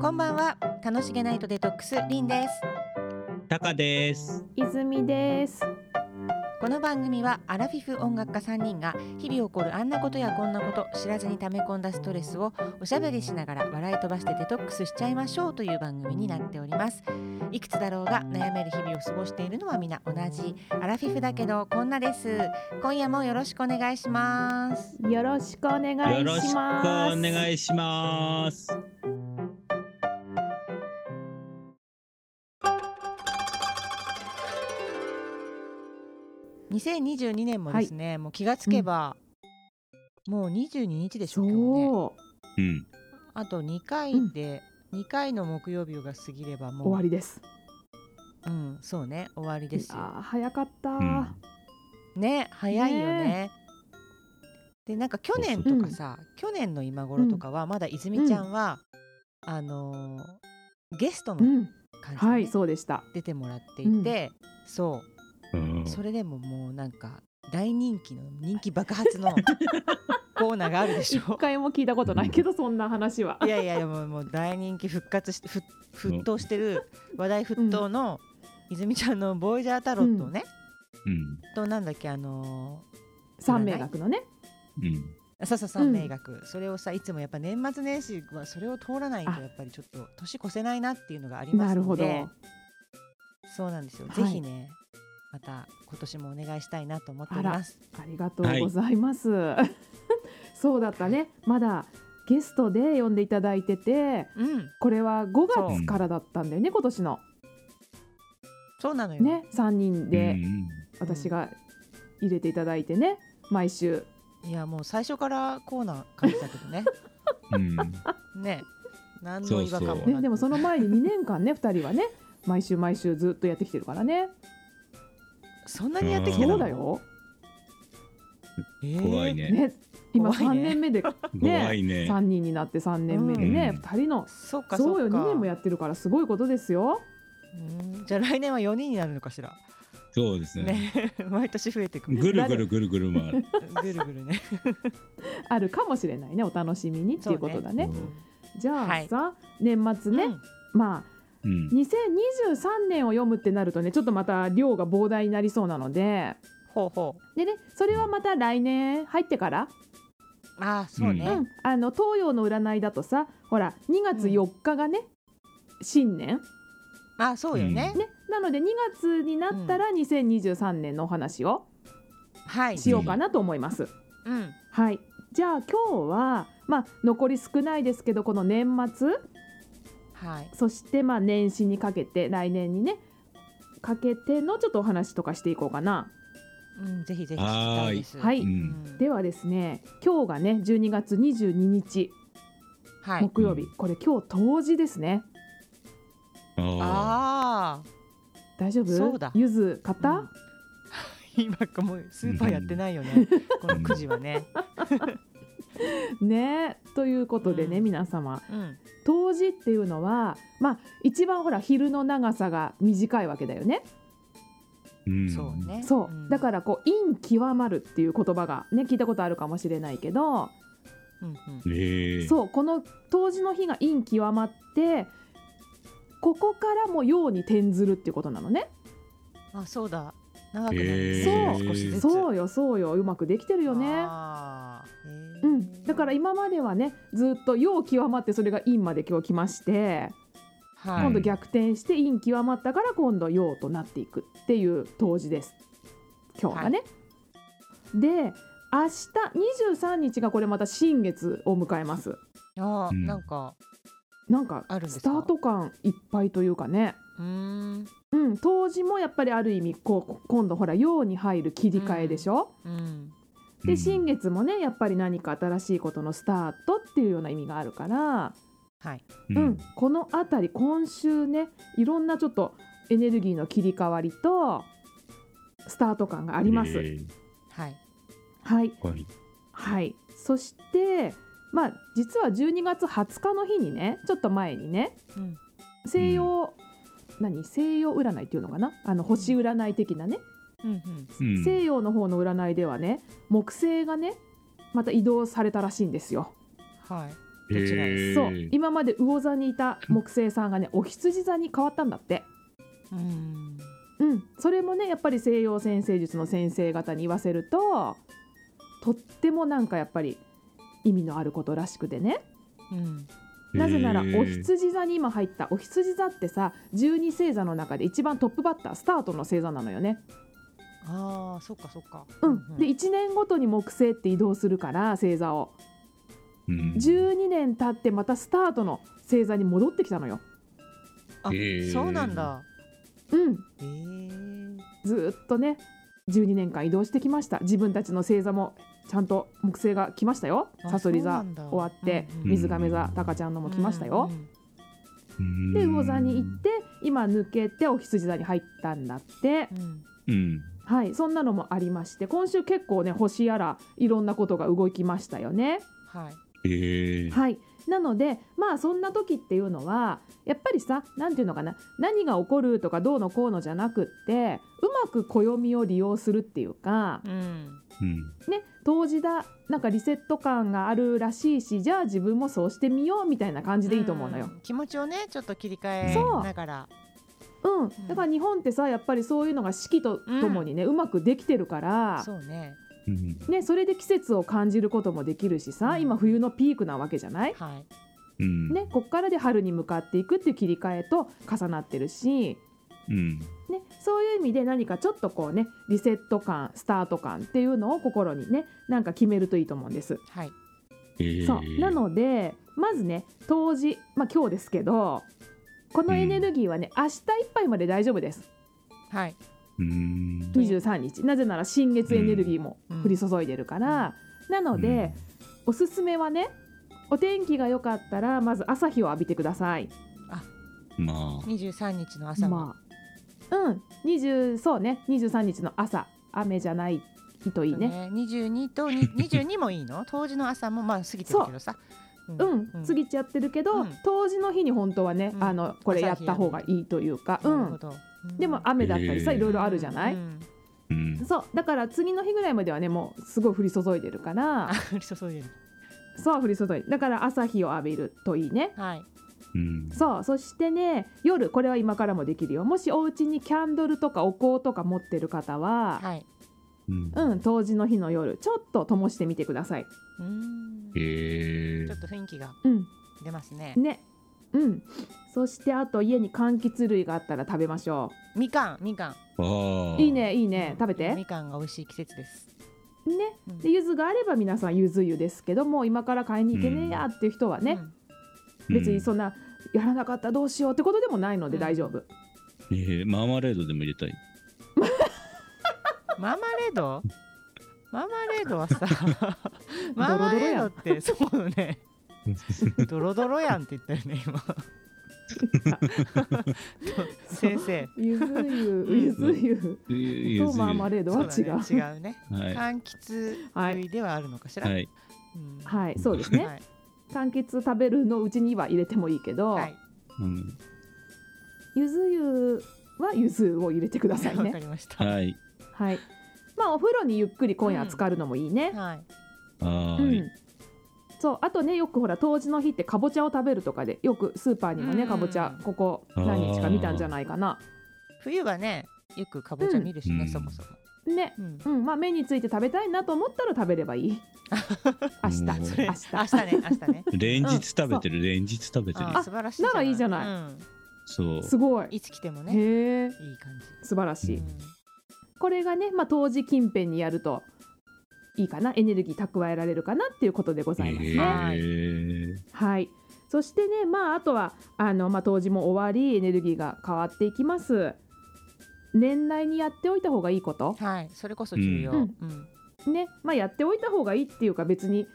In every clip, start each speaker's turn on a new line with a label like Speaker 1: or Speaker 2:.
Speaker 1: こんばんは楽しげナイトデトックスリンです
Speaker 2: タカです。
Speaker 3: 泉です。
Speaker 1: この番組はアラフィフ音楽家3人が日々起こるあんなことやこんなこと知らずに溜め込んだストレスをおしゃべりしながら笑い飛ばしてデトックスしちゃいましょうという番組になっておりますいくつだろうが悩める日々を過ごしているのは皆同じアラフィフだけどこんなです今夜もよろしくお願いします
Speaker 3: よろしくお願いします。
Speaker 2: よろしくお願いします。
Speaker 1: 2022年もですね、もう気がつけば、もう22日でしょ今日ね
Speaker 3: そう、
Speaker 2: うん。
Speaker 1: あと2回で、2回の木曜日が過ぎればもう
Speaker 3: 終わりです。
Speaker 1: うん、そうね終わりですよ
Speaker 3: あー早かった、
Speaker 2: うん
Speaker 1: ね早いよね
Speaker 3: ね
Speaker 1: でなんか去年とかさ、去年の今頃とかはまだ泉ちゃんは、あのーゲスト
Speaker 3: う
Speaker 1: の
Speaker 3: ん、
Speaker 1: 感じでね、
Speaker 3: はい、そうでした。
Speaker 1: 出てもらっていて、そう
Speaker 2: うん
Speaker 1: それでももうなんか大人気の人気爆発 のコーナーがあるでし
Speaker 3: 一
Speaker 1: ょ。
Speaker 3: 回も聞いたことないけど、そんな話は。
Speaker 1: いやいやでももう大人気復活してふ沸騰してる話題沸騰の、泉ちゃんの「ボイジャータロット」をね、
Speaker 2: うん。
Speaker 1: となんだっけあの
Speaker 3: 三名学のね。
Speaker 2: うん。
Speaker 1: ー笹さん名学、それをさいつもやっぱ年末年始はそれを通らないと
Speaker 3: あ
Speaker 1: やっぱりちょっと年越せないなっていうのがありま
Speaker 3: な
Speaker 1: す
Speaker 3: る
Speaker 1: の
Speaker 3: ほど。
Speaker 1: でそうなんですよ、
Speaker 3: はい
Speaker 1: ぜひねまた今年もお願いしたいなと思っております。
Speaker 3: ありがとうございます。そうだったね。まだゲストで呼んでいただいてて、
Speaker 1: うん、
Speaker 3: これは5
Speaker 1: そう
Speaker 3: 月からだったんだよね、今年の。
Speaker 1: そうなのよ、
Speaker 3: ね、三人
Speaker 2: う
Speaker 3: で
Speaker 2: ん
Speaker 3: 私が入れていただいてね、毎週。
Speaker 1: いやもう最初からコーナー感じだけどね
Speaker 2: うん。
Speaker 1: ね何の違和感もなく
Speaker 3: ね、でもそ の前に2年間ね2人はね毎週毎週ずっとやってきてるからね
Speaker 1: そんなにやってきてた
Speaker 3: そ
Speaker 1: の
Speaker 3: うだよ、
Speaker 1: えー
Speaker 2: 怖いね。
Speaker 3: ね、今
Speaker 1: 怖
Speaker 3: 3
Speaker 1: いね
Speaker 3: 年目で
Speaker 2: 怖いね。
Speaker 3: 3人になって3年目でね、
Speaker 2: うん
Speaker 3: 2人の
Speaker 1: そうか
Speaker 3: そう
Speaker 1: そ
Speaker 3: よ
Speaker 1: うか
Speaker 3: 2年もやってるからすごいことですよ
Speaker 1: うんじゃあ来年は4人になるのかしら
Speaker 2: そうですね。
Speaker 1: ね 毎年増えていく
Speaker 2: ぐるぐるぐるぐる回る。
Speaker 1: ぐるぐるね
Speaker 3: あるかもしれないねお楽しみにっていうことだね
Speaker 2: そうね
Speaker 3: じゃ
Speaker 1: は
Speaker 3: あ
Speaker 1: い
Speaker 3: さ、年末ね、
Speaker 1: うん
Speaker 3: まあ
Speaker 2: うん。。
Speaker 3: 2023年を読むってなるとねちょっとまた量が膨大になりそうなので
Speaker 1: ほうほ
Speaker 3: でねそれはまた来年入ってから
Speaker 1: うああそうね、
Speaker 3: うん、あの東洋の占いだとさほら2月
Speaker 1: うん
Speaker 3: 4日がね、新年
Speaker 1: ああそうよね、
Speaker 3: ねなので2月になったら2023年のお話を
Speaker 1: はい
Speaker 3: しようかなと思います、
Speaker 1: うん
Speaker 3: はいじゃあ今日はまあ残り少ないですけどこの年末
Speaker 1: はい
Speaker 3: そしてまあ年始にかけて来年にねかけてのちょっとお話とかしていこうかな
Speaker 1: うんぜひぜひ聞きたいです
Speaker 3: はいう
Speaker 1: うんん
Speaker 3: ではですね今日がね12月22日
Speaker 1: はい
Speaker 3: 木曜日、
Speaker 2: うん
Speaker 3: これ今日冬至ですね
Speaker 2: ああ。
Speaker 1: ああ
Speaker 3: 大丈夫
Speaker 1: そうだ
Speaker 3: ゆず買った、
Speaker 1: うん今もうスーパーやってないよね、この9時はね、
Speaker 3: ねということでね、
Speaker 1: うん
Speaker 3: 皆様
Speaker 1: うん、
Speaker 3: 冬至っていうのはまあ一番ほら昼の長さが短いわけだよね。
Speaker 2: うん
Speaker 1: そう。ね
Speaker 3: そう、
Speaker 1: ん
Speaker 3: だからこう陰極まるっていう言葉がね聞いたことあるかもしれないけど、
Speaker 1: うんうん
Speaker 2: ええ。
Speaker 3: そうこの冬至の日が陰極まってここからも陽に転ずるっていうことなのね。
Speaker 1: あそうだ長くなる、
Speaker 2: へ
Speaker 3: ー
Speaker 1: 少しずつ
Speaker 3: そうよそうようまくできてるよね。
Speaker 1: あーへー
Speaker 3: うん、だから今まではねずっと陽極まってそれが陰まで今日来まして
Speaker 1: はい、
Speaker 3: 今度逆転して陰極まったから今度陽となっていくっていう冬至です今日がね。で明日23日がこれまた新月を迎えます
Speaker 1: あー
Speaker 2: うん
Speaker 1: なんか
Speaker 3: なんか
Speaker 1: あるんです
Speaker 3: ス
Speaker 1: か
Speaker 3: タート感いっぱいというかね
Speaker 1: うーん
Speaker 3: うん冬至もやっぱりある意味こう今度ほら陽に入る切り替えでしょ、
Speaker 1: うん
Speaker 2: う
Speaker 3: で
Speaker 2: ん
Speaker 3: 新。月もねやっぱり何か新しいことのスタートっていうような意味があるから、
Speaker 1: はい
Speaker 2: うん
Speaker 3: うん、この辺り今週ねいろんなちょっとエネルギーの切り替わりとスタート感があります。
Speaker 2: ええ
Speaker 1: はい
Speaker 3: はい、
Speaker 2: はい。
Speaker 3: はい、そしてまあ実は12月20日の日にねちょっと前にね
Speaker 1: うん
Speaker 3: 西洋、何西洋占いっていうのかなあの星占い的なね、
Speaker 1: うんうん
Speaker 2: うん
Speaker 3: 西洋の方の占いではね木星がねまた移動されたらしいんですよ。
Speaker 1: はいどちら
Speaker 2: へ
Speaker 1: で
Speaker 2: え
Speaker 3: そう今まで魚座にいた木星さんがねお羊座に変わったんだって。
Speaker 1: す。うん。
Speaker 3: うん、それもねやっぱり西洋先生術の先生方に言わせるととってもなんかやっぱり意味のあることらしくてね
Speaker 1: うん。
Speaker 3: なぜなら
Speaker 2: へー
Speaker 3: お羊座に今入ったお羊座ってさ12星座の中で一番トップバッタースタートの星座なのよね。
Speaker 1: ああ、そっかそっか。
Speaker 3: うん、で1年ごとに木星って移動するから星座を
Speaker 2: うん
Speaker 3: 12年経ってまたスタートの星座に戻ってきたのよ。
Speaker 1: あ
Speaker 2: へー
Speaker 1: そうなんだ。
Speaker 3: うん、
Speaker 1: ええ。
Speaker 3: ずーっとね12年間移動してきました自分たちの星座もちゃんと木星が来ましたよ
Speaker 1: あ
Speaker 3: さそり
Speaker 1: そうな
Speaker 3: 座
Speaker 1: んだ
Speaker 3: 終わって、
Speaker 1: うんうん
Speaker 3: 水亀座タカちゃんのも来ましたよ、
Speaker 2: うん
Speaker 3: で魚座に行って今抜けてお羊座に入ったんだって、
Speaker 1: うん。うん
Speaker 2: うん
Speaker 3: はいそんなのもありまして今週結構ね星やらいろんなことが動きましたよね
Speaker 1: はい。
Speaker 2: へえ
Speaker 3: はいなのでまあそんな時っていうのはやっぱりさ何ていうのかな何が起こるとかどうのこうのじゃなくってうまく暦を利用するっていうか、
Speaker 1: うん。
Speaker 2: うん
Speaker 3: ね、当時だなんかリセット感があるらしいしじゃあ自分もそうしてみようみたいな感じでいいと思うのよ。
Speaker 1: ん。気持ちをね、ちょっと切り替え
Speaker 2: そう
Speaker 1: ながら。
Speaker 3: うんだから日本ってさやっぱりそういうのが四季とともにね、うまくできてるから
Speaker 1: そうね。
Speaker 2: うん
Speaker 3: そ,、ね、それで季節を感じることもできるしさ、
Speaker 1: うん
Speaker 3: 今冬のピークなわけじゃない、
Speaker 1: はい。
Speaker 2: うん
Speaker 3: ね、こっからで春に向かっていくっていう切り替えと重なってるし、
Speaker 2: うん
Speaker 3: ね、そういう意味で何かちょっとこうねリセット感スタート感っていうのを心にねなんか決めるといいと思うんです。
Speaker 1: はい。
Speaker 2: へえ
Speaker 3: そうなのでまずね冬至、まあ、今日ですけどこのエネルギーはね、明日いっぱいまで大丈夫です
Speaker 1: はい。
Speaker 2: うん
Speaker 3: 23日なぜなら新月エネルギーも降り注いでるから、なので、おすすめはねお天気が良かったらまず朝日を浴びてください。
Speaker 2: うんまあ
Speaker 1: 二十三日の朝も。
Speaker 3: まあ、うん20そうね23日の朝雨じゃないといいね。
Speaker 1: 二十二と二十二もいいの。当時の朝もまあ過ぎてるけどさ。う
Speaker 3: うん、過ぎちゃってるけど、
Speaker 1: うん
Speaker 3: 冬至の日に本当はね、
Speaker 1: うん
Speaker 3: あのこれやった方がいいというか、う
Speaker 1: なる
Speaker 3: ん
Speaker 1: ほ、ど。うん
Speaker 3: でも雨だったりさ、
Speaker 2: へー
Speaker 3: いろいろあるじゃない、
Speaker 1: うん
Speaker 2: うん
Speaker 3: そうだから次の日ぐらいまではねもうすごい降り注いでるか
Speaker 1: あ、
Speaker 3: ら
Speaker 1: 降り注いでる。
Speaker 3: そう降り注いでだから朝日を浴びるといいね
Speaker 1: はい。
Speaker 2: うん
Speaker 3: そうそしてね夜これは今からもできるよもしお家にキャンドルとかお香とか持ってる方は、
Speaker 1: はい。
Speaker 2: うん
Speaker 3: うん冬至の日の夜ちょっと灯してみてください、
Speaker 1: うん。ち
Speaker 2: へえ
Speaker 1: ょっと雰囲気が
Speaker 3: うん、
Speaker 1: 出ますね。
Speaker 3: ねうんそしてあと家に柑橘類があったら食べましょ
Speaker 1: みかん、みかん。
Speaker 2: ああ
Speaker 3: ういいねいいね食べて
Speaker 1: みかんが美味しい季節です。
Speaker 3: ね
Speaker 1: うん
Speaker 3: で柚子があれば皆さん柚子湯ですけどもう今から買いに行けねえやっていう人はね、別にそんなやらなかったどうしようってことでもないので
Speaker 1: うん
Speaker 3: 大丈夫、
Speaker 2: うんへえマーマレードでも入れた い
Speaker 1: うんマーマレード。マーマレードはさ。マ
Speaker 3: ド
Speaker 1: ー
Speaker 3: ロ
Speaker 1: マ
Speaker 3: ドロ
Speaker 1: レー
Speaker 3: や
Speaker 1: ド
Speaker 3: ん
Speaker 1: って、そうね。ドロドロやんって言ったよね、今。 先生。
Speaker 3: 柚子
Speaker 1: う
Speaker 3: 湯
Speaker 1: ん
Speaker 3: 柚子湯
Speaker 2: ゆ
Speaker 3: とマーマレードは
Speaker 1: そう
Speaker 3: 違う
Speaker 1: だね違うね。
Speaker 2: はいは
Speaker 1: 柑橘
Speaker 3: はい
Speaker 1: 類ではあるのかしら。
Speaker 2: い
Speaker 1: うん
Speaker 3: はいそうですね、
Speaker 1: はい
Speaker 3: 柑橘食べるのうちには入れてもいいけど、
Speaker 1: はい。
Speaker 2: うん
Speaker 3: 柚子湯は柚子を入れてください
Speaker 1: わか
Speaker 3: ね
Speaker 1: りました。は
Speaker 2: はい
Speaker 3: はいまあお風呂にゆっくり今夜浸かるのもいいね、
Speaker 1: い。
Speaker 2: は
Speaker 3: うん
Speaker 2: ーい
Speaker 3: そうあとねよくほら冬至の日ってかぼちゃを食べるとかでよくスーパーにもね
Speaker 1: うん
Speaker 3: かぼちゃここ何日か見たんじゃないかな
Speaker 1: 冬はね、よくかぼちゃ見るし
Speaker 2: う
Speaker 1: ね、
Speaker 2: ん
Speaker 1: そもそも。
Speaker 3: ね
Speaker 1: うん
Speaker 3: うんまあ目について食べたいなと思ったら食べればい い明日
Speaker 1: そ
Speaker 2: うん
Speaker 3: 明
Speaker 1: れ
Speaker 3: 日
Speaker 1: 明日ね、明日ね。
Speaker 2: 連日食べてる連日食べてる
Speaker 1: あー素晴らしい。
Speaker 3: ならいいじゃない
Speaker 1: うん。
Speaker 2: そう
Speaker 3: すごい
Speaker 1: いつ来てもね、
Speaker 3: へえ
Speaker 1: いい感
Speaker 3: 素晴らし
Speaker 1: じ。
Speaker 3: い、
Speaker 1: うん
Speaker 3: これがね、まあ、冬至近辺にやるといいかなエネルギー蓄えられるかなっていうことでございますね、
Speaker 1: え
Speaker 2: へえ
Speaker 3: はいそしてねまああとはあの、まあ、冬至も終わりエネルギーが変わっていきます年内にやっておいた方がいいこと
Speaker 1: はい、それこそ重要。
Speaker 3: う
Speaker 1: うんん。
Speaker 3: ね、まあ、やっておいた方がいいっていうか別に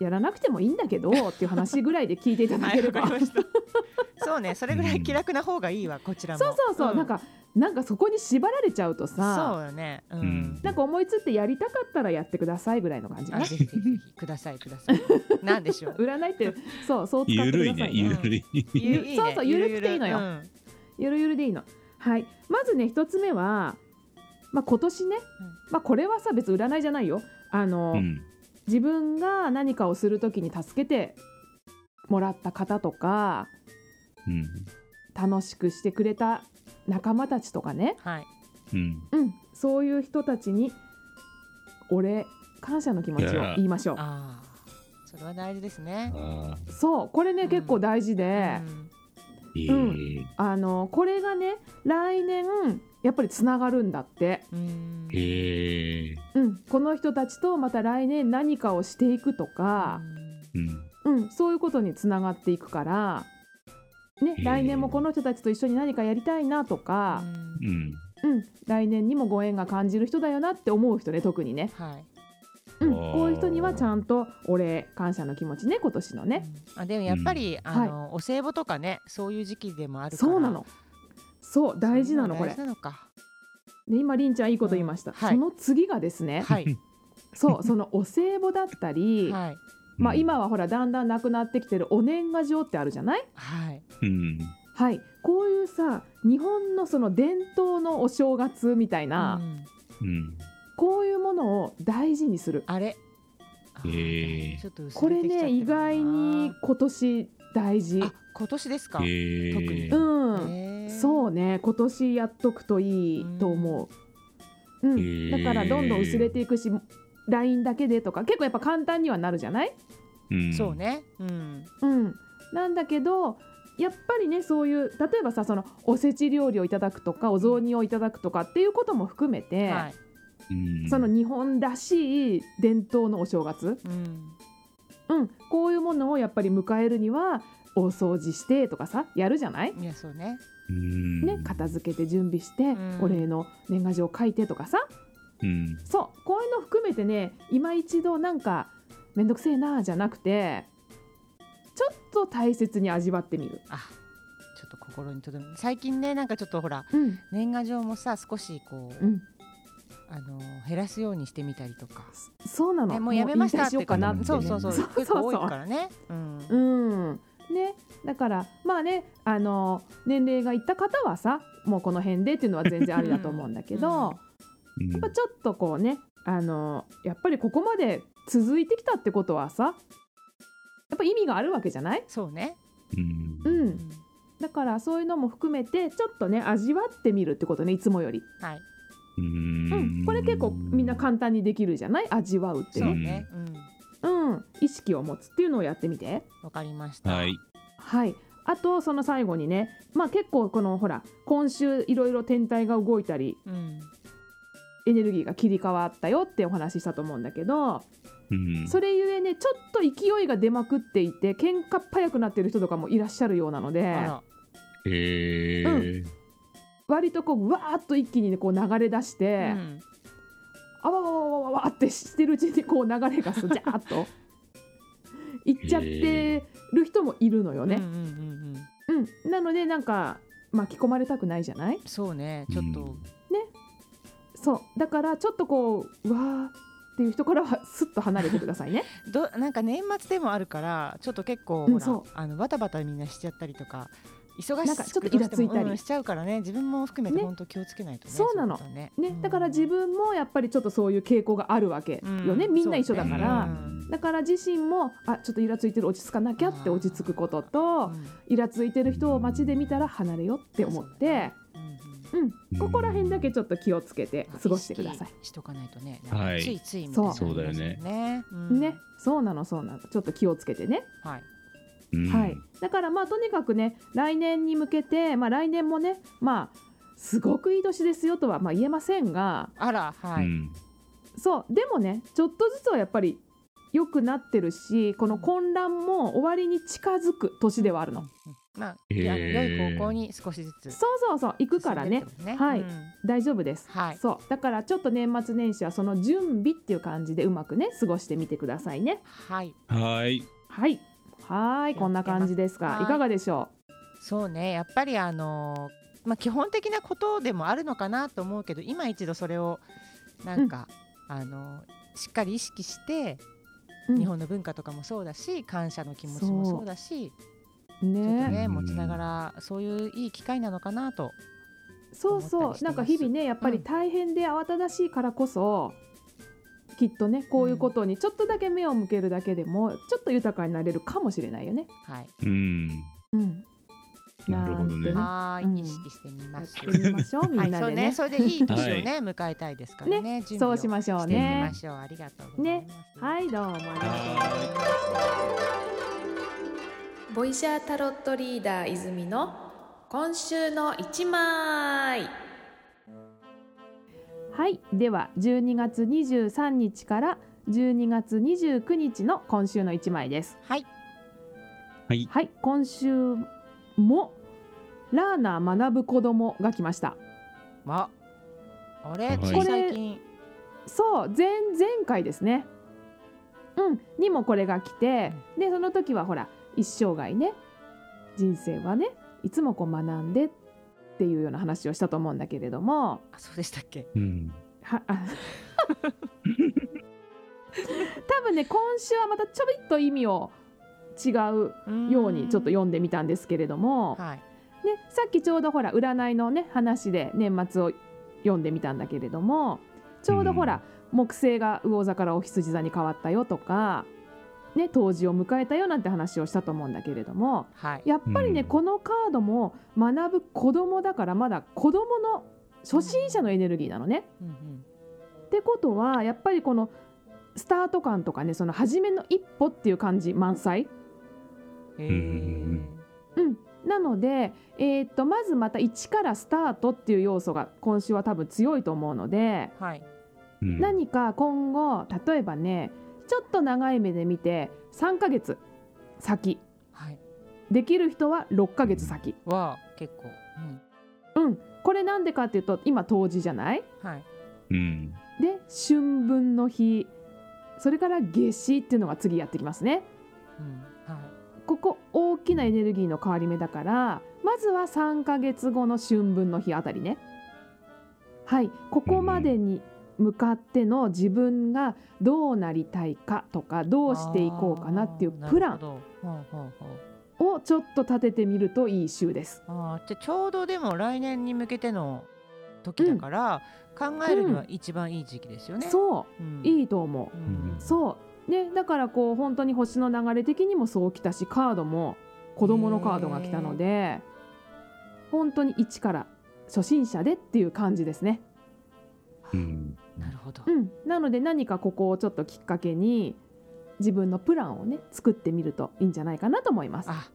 Speaker 3: やらなくてもいいんだけどっていう話ぐらいで聞いていただ
Speaker 1: は
Speaker 3: け
Speaker 1: い、
Speaker 3: る
Speaker 1: わ
Speaker 3: か。
Speaker 1: かりました。 そうね、それぐらい気楽な方がいいわ、こちらも。
Speaker 3: そうそうそう、なんかなんかそこに縛られちゃうと
Speaker 1: そう
Speaker 3: さ
Speaker 1: よね。う
Speaker 2: うんん。
Speaker 3: なんか思いつってやりたかったらやってくださいぐらいの感じか
Speaker 1: あ
Speaker 3: な
Speaker 1: ぜひぜひぜひくださいくだ さい。なんでしょう。
Speaker 3: 占いってそうそう使って
Speaker 2: ゆ
Speaker 3: く
Speaker 2: るい
Speaker 3: ださ
Speaker 2: ね
Speaker 3: い
Speaker 2: ゆ
Speaker 3: ね
Speaker 2: るい
Speaker 3: ゆ
Speaker 1: ね
Speaker 3: そうそうゆるくていいのよ
Speaker 1: うん
Speaker 3: ゆるゆるでいいのはいまずね一つ目は、まあ、今年ね、まあ、これはさ別に占いじゃないよあの、
Speaker 2: うん
Speaker 3: 自分が何かをするときに助けてもらった方とか
Speaker 2: うん。
Speaker 3: 楽しくしてくれた仲間たちとかね、
Speaker 1: はい。
Speaker 2: うん。
Speaker 3: うん、そういう人たちにお礼感謝の気持ちを言いましょう。
Speaker 1: ああ、それは大事ですね。
Speaker 2: ああ、
Speaker 3: そうこれね、
Speaker 1: うん
Speaker 3: 結構大事で、
Speaker 1: うん
Speaker 2: ええ
Speaker 3: うんあのこれがね来年やっぱりつながるんだって、
Speaker 1: うん。
Speaker 2: ええ
Speaker 3: うん、この人たちとまた来年何かをしていくとか、
Speaker 2: うん。
Speaker 3: うん、そういうことにつながっていくから、ね、
Speaker 2: へえ
Speaker 3: 来年もこの人たちと一緒に何かやりたいなと
Speaker 1: う
Speaker 3: か、
Speaker 1: ん
Speaker 2: うん。
Speaker 3: うん、来年にもご縁が感じる人だよなって思う人ね特にね、
Speaker 1: はい。
Speaker 3: うん、
Speaker 2: あー
Speaker 3: こういう人にはちゃんとお礼感謝の気持ちね今年のね。
Speaker 1: うん。あ、でもやっぱり、あの、お歳暮とかね、そういう時期でもあるから。
Speaker 3: そうなのそう大事なのこれ
Speaker 1: 大事なのか。
Speaker 3: で今りんちゃんいいこと言いました、
Speaker 1: うんはい
Speaker 3: その次がですね、
Speaker 1: はい。
Speaker 3: そうそのお歳暮だったり、
Speaker 1: はい。
Speaker 3: まあ、
Speaker 2: うん。
Speaker 3: 今はほらだんだんなくなってきてるお年賀状ってあるじゃない
Speaker 1: はい。
Speaker 2: うん。
Speaker 3: はいこういうさ日本のその伝統のお正月みたいな、
Speaker 1: うん
Speaker 2: うん。
Speaker 3: こういうものを大事にする
Speaker 1: あれ。あ
Speaker 2: へえ
Speaker 1: ちょっと薄
Speaker 3: これ
Speaker 1: てきちゃっ
Speaker 3: ね
Speaker 1: てる
Speaker 3: 意外に今年大事
Speaker 1: な。あ、今年ですか。
Speaker 2: ええ
Speaker 1: 特に
Speaker 3: う
Speaker 2: うん。
Speaker 3: ん、そうね今年やっとくといいと思う、うん
Speaker 2: へー
Speaker 3: だからどんどん薄れていくし LINE だけでとか結構やっぱ簡単にはなるじゃない、
Speaker 1: えそう。ね。うん。
Speaker 3: うん、なんだけどやっぱりねそういう例えばさそのおせち料理をいただくとかお雑煮をいただくとかっていうことも含めて、
Speaker 1: はい。
Speaker 2: うん。
Speaker 3: その日本らしい伝統のお正月、
Speaker 1: うん。
Speaker 3: うん、こういうものをやっぱり迎えるにはお掃除してとかさやるじゃない、
Speaker 1: いや、そうね。
Speaker 2: うん。
Speaker 3: ね、片付けて準備して、
Speaker 1: ん
Speaker 3: お礼の年賀状書いてとかさ
Speaker 2: うん。
Speaker 3: そうこういうの含めてね今一度なんかめんどくせえなじゃなくてちょっと大切に味わってみる。
Speaker 1: あ。ちょっと心にとどめ。最近ね、なんかちょっとほら、
Speaker 3: うん
Speaker 1: 年賀状もさ、少しこう、
Speaker 3: うん、
Speaker 1: あの、減らすようにしてみたりとか。
Speaker 3: そうなの、
Speaker 1: ね、もうやめました
Speaker 3: も
Speaker 1: っ
Speaker 3: う
Speaker 1: て
Speaker 3: 引退しようかなって、
Speaker 2: い
Speaker 3: ね、
Speaker 1: そう
Speaker 2: う
Speaker 1: そうそう
Speaker 3: そう
Speaker 1: 結構多いからねうん
Speaker 3: うんね、だからまあねあの年齢がいった方はさもうこの辺でっていうのは全然ありだと思うんだけど、
Speaker 1: うんうん
Speaker 3: やっぱちょっとこうねあのやっぱりここまで続いてきたってことはさやっぱ意味があるわけじゃない、
Speaker 1: そうね
Speaker 2: うん。
Speaker 3: う、
Speaker 1: うんん
Speaker 3: だからそういうのも含めてちょっとね味わってみるってことねいつもより、
Speaker 1: はい
Speaker 2: うん。
Speaker 3: うん、これ結構みんな簡単にできるじゃない味わうって
Speaker 1: そ
Speaker 3: ね
Speaker 1: うねうん
Speaker 3: うん、意識を持つっていうのをやってみて。
Speaker 1: わかりました
Speaker 2: はい。
Speaker 3: はい、あとその最後にね、まあ、結構このほら今週いろいろ天体が動いたり
Speaker 1: うん
Speaker 3: エネルギーが切り替わったよってお話ししたと思うんだけど
Speaker 2: うん。
Speaker 3: それゆえねちょっと勢いが出まくっていて喧嘩っ早くなってる人とかもいらっしゃるようなので
Speaker 1: あら
Speaker 2: ええ
Speaker 3: う割とこうわーっと一気に、ね、こう流れ出し
Speaker 1: う
Speaker 3: て、
Speaker 1: ん
Speaker 3: あわわわわわわってしてるうちにこう流れがすジャーっと。 いっちゃってる人もいるのよ
Speaker 1: うんうんう
Speaker 3: ね。
Speaker 1: んうん
Speaker 3: うん、なのでなんか巻き込まれたくないじゃない
Speaker 1: そうねちょっ
Speaker 2: う
Speaker 1: と
Speaker 2: ん
Speaker 3: そうだからちょっとこううわーっていう人からはすっと離れてくださいね。
Speaker 1: どなんか年末でもあるからちょっと結構
Speaker 3: うん
Speaker 1: ほら
Speaker 3: そう
Speaker 1: あのバタバタみんなしちゃったりとか忙
Speaker 3: なん
Speaker 1: し
Speaker 3: か
Speaker 1: く
Speaker 3: ちょっと
Speaker 1: どう
Speaker 3: イラ
Speaker 1: して
Speaker 3: つい
Speaker 1: も
Speaker 3: たり
Speaker 1: うんしちゃうからね自分も含めて
Speaker 3: ね
Speaker 1: 本当気をつけないとね
Speaker 3: そうなの
Speaker 1: いことはね
Speaker 3: ね、だから自分もやっぱりちょっとそういう傾向があるわけよね、
Speaker 1: うん
Speaker 3: みんな一緒だ
Speaker 1: だ
Speaker 3: から、
Speaker 2: うん
Speaker 3: だから自身もあちょっとイラついてる落ち着かなきゃって落ち着くことと
Speaker 1: うん
Speaker 3: イラついてる人を街で見たら離れようって思って、
Speaker 1: うんうん
Speaker 3: うん、ここら辺だけちょっと気をつけて過ごしてください
Speaker 1: 意。識しとかないとね、
Speaker 2: は
Speaker 1: はい、
Speaker 2: い
Speaker 1: ついついみたいな
Speaker 3: そう
Speaker 2: そうだよね
Speaker 1: ね,、うん、
Speaker 3: ね、そうなのそうなのちょっと気をつけてね、
Speaker 1: はい、
Speaker 2: うん
Speaker 3: はい、だからまあとにかくね来年に向けて、まあ、来年もねまあすごくいい年ですよとはまあ言えませんが
Speaker 1: あらはい、
Speaker 2: うん
Speaker 3: そうでもねちょっとずつはやっぱり良くなってるしこの混乱も終わりに近づく年ではあるの、
Speaker 1: まあ、
Speaker 2: へー
Speaker 1: いや良い方向に少しずつ
Speaker 3: そうそうそう行くから
Speaker 1: 進
Speaker 3: ね
Speaker 1: んでってこと
Speaker 3: はい
Speaker 1: うん
Speaker 3: 大丈夫です、
Speaker 1: はい
Speaker 3: そうだからちょっと年末年始はその準備っていう感じでうまくね過ごしてみてくださいね
Speaker 1: はい、
Speaker 2: はい。
Speaker 3: はいはーいこんな感じです
Speaker 1: やっ
Speaker 3: が
Speaker 1: てます
Speaker 3: いかがでしょ
Speaker 1: そうねやっぱりあのーまあ基本的なことでもあるのかなと思うけど今一度それをなんか、あのーしっかり意識して、
Speaker 3: う、うん
Speaker 1: 日本の文化とかもそうだし感謝の気持ちもそうだしちょっと
Speaker 3: ね
Speaker 1: ね
Speaker 2: うん
Speaker 1: 持ちながらそういういい機会なのかなと
Speaker 3: そう
Speaker 1: 思った
Speaker 3: そ
Speaker 1: りし
Speaker 3: う
Speaker 1: て
Speaker 3: なんか
Speaker 1: ます
Speaker 3: 日々ねやっぱり大変で慌ただしいからこそ、きっとねこういうことにちょっとだけ目を向けるだけでもちょっと豊かになれるかもしれないよね。
Speaker 1: はい。
Speaker 2: うん。
Speaker 3: うん、
Speaker 2: なるほどね。
Speaker 3: な
Speaker 1: は
Speaker 3: う
Speaker 1: ー
Speaker 3: ん
Speaker 1: い、意識してみ
Speaker 3: や
Speaker 1: ま
Speaker 3: っ
Speaker 1: す。
Speaker 3: てみましょうみ
Speaker 1: は
Speaker 3: ん
Speaker 1: い、
Speaker 3: な
Speaker 1: そう
Speaker 3: でね
Speaker 1: ね、。それでいい年をね、迎えたいですからね。準備
Speaker 3: そ
Speaker 1: を
Speaker 3: うしましょう
Speaker 1: していき
Speaker 3: ね
Speaker 1: ま。しょう。ありがとうございます。
Speaker 3: はいどうもありがとうございます。
Speaker 4: ボイシャータロットリーダー泉の今週の一枚
Speaker 3: はい、では12月23日から12月29日の今週の一枚です。
Speaker 1: はい。
Speaker 2: はい。
Speaker 3: はい、今週もラーナー学ぶ子供が来ました。
Speaker 1: まあ、あれ、
Speaker 2: はい
Speaker 1: つい
Speaker 2: これ
Speaker 1: 最近。
Speaker 3: そう、前前回ですね。うん、にもこれが来て、でその時はほら一生涯ね、人生はね、いつもこう学んでっていうような話をしたと思うんだけれども、
Speaker 1: あ、そうでしたっけ。
Speaker 2: うん。
Speaker 3: はあ多分ね今週はまたちょびっと意味を違うようにちょっと
Speaker 1: よ。
Speaker 3: 読んでみたんですけれども、ね、
Speaker 1: はい。
Speaker 3: さっきちょうどほら占いのね話で年末を読んでみたんだけれどもちょうどほら、木星が魚座からお羊座に変わったよとか、ね、冬至を迎えたよなんて話をしたと思うんだけれども
Speaker 1: はい。
Speaker 3: やっぱりね、
Speaker 2: うん
Speaker 3: このカードも学ぶ子供だからまだ子供の初心者のエネルギーなのね。
Speaker 1: うんうん。
Speaker 3: ってことはやっぱりこのスタート感とかねその初めの一歩っていう感じ満載、
Speaker 1: え
Speaker 2: うんうん
Speaker 1: ー
Speaker 3: うん、なので、えーっとまずまた1からスタートっていう要素が今週は多分強いと思うので
Speaker 1: はい。
Speaker 2: うん。
Speaker 3: 何か今後例えばねちょっと長い目で見て3ヶ月先
Speaker 1: はい。
Speaker 3: できる人は6ヶ月先、
Speaker 1: は、結構。うん。
Speaker 3: うん、これなんでかっていうと今冬至じゃない
Speaker 1: はい。
Speaker 2: うん。
Speaker 3: で春分の日それから夏至っていうのが次やってきますね。
Speaker 1: うん。はい。
Speaker 3: ここ大きなエネルギーの変わり目だからまずは3ヶ月後の春分の日あたりねはいここまでに向かっての自分がどうなりたいかとかどうしていこうかなっていうプラ
Speaker 1: あーなるほ
Speaker 3: ン
Speaker 1: どほうほうほう
Speaker 3: をちょっと立ててみるといい週です
Speaker 1: あーじゃあちょうどでも来年に向けての時だから、考えるには一番いい時期ですよね。
Speaker 3: そ
Speaker 1: うん
Speaker 3: ういいと思
Speaker 1: う
Speaker 3: うんそうねだからこう本当に星の流れ的にもそうきたしカードも子供のカードが来たので本当に一から初心者でっていう感じですね
Speaker 2: うん。
Speaker 1: なるほど。
Speaker 3: うん、なので何かここをちょっときっかけに自分のプランをね作ってみるといいんじゃないかなと思います。
Speaker 1: あ、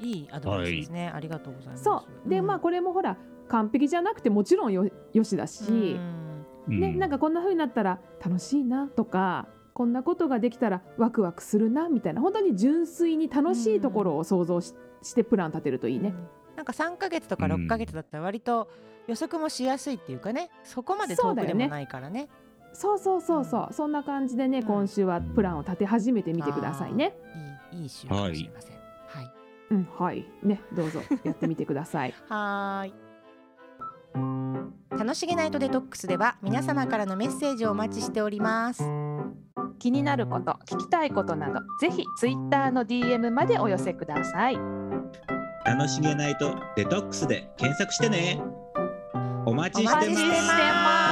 Speaker 1: いいアドバイスですね。ありがとうございます。
Speaker 3: そうで、
Speaker 1: ん
Speaker 3: まあこれもほら完璧じゃなくてもちろんよよしだし、
Speaker 1: うん
Speaker 3: ね、なんかこんな風になったら楽しいなとかこんなことができたらワクワクするなみたいな本当に純粋に楽しいところを想像し,、てプラン立てるといいね。
Speaker 1: なんか三ヶ月とか
Speaker 2: うん
Speaker 1: 六ヶ月だったら割と予測もしやすいっていうかね、そこまで
Speaker 3: そう
Speaker 1: 遠
Speaker 3: だ
Speaker 1: く
Speaker 3: よね
Speaker 1: でもないからね。
Speaker 3: そうそうそうそう、そんな感じでね
Speaker 1: うん
Speaker 3: 今週はプランを立て始めてみてくださいね。
Speaker 1: いいいい週かもしれません。はい。
Speaker 3: うん、はいねどうぞやってみてください。
Speaker 1: はーい。楽しげナイトデトックスでは皆様からのメッセージをお待ちしております。
Speaker 5: 気になること聞きたいことなどぜひツイッターの DM までお寄せください
Speaker 6: 楽しげないとデトックスで検索してねお待
Speaker 1: お
Speaker 6: ちして
Speaker 1: 待ち
Speaker 6: ま
Speaker 1: して
Speaker 6: す
Speaker 1: ます。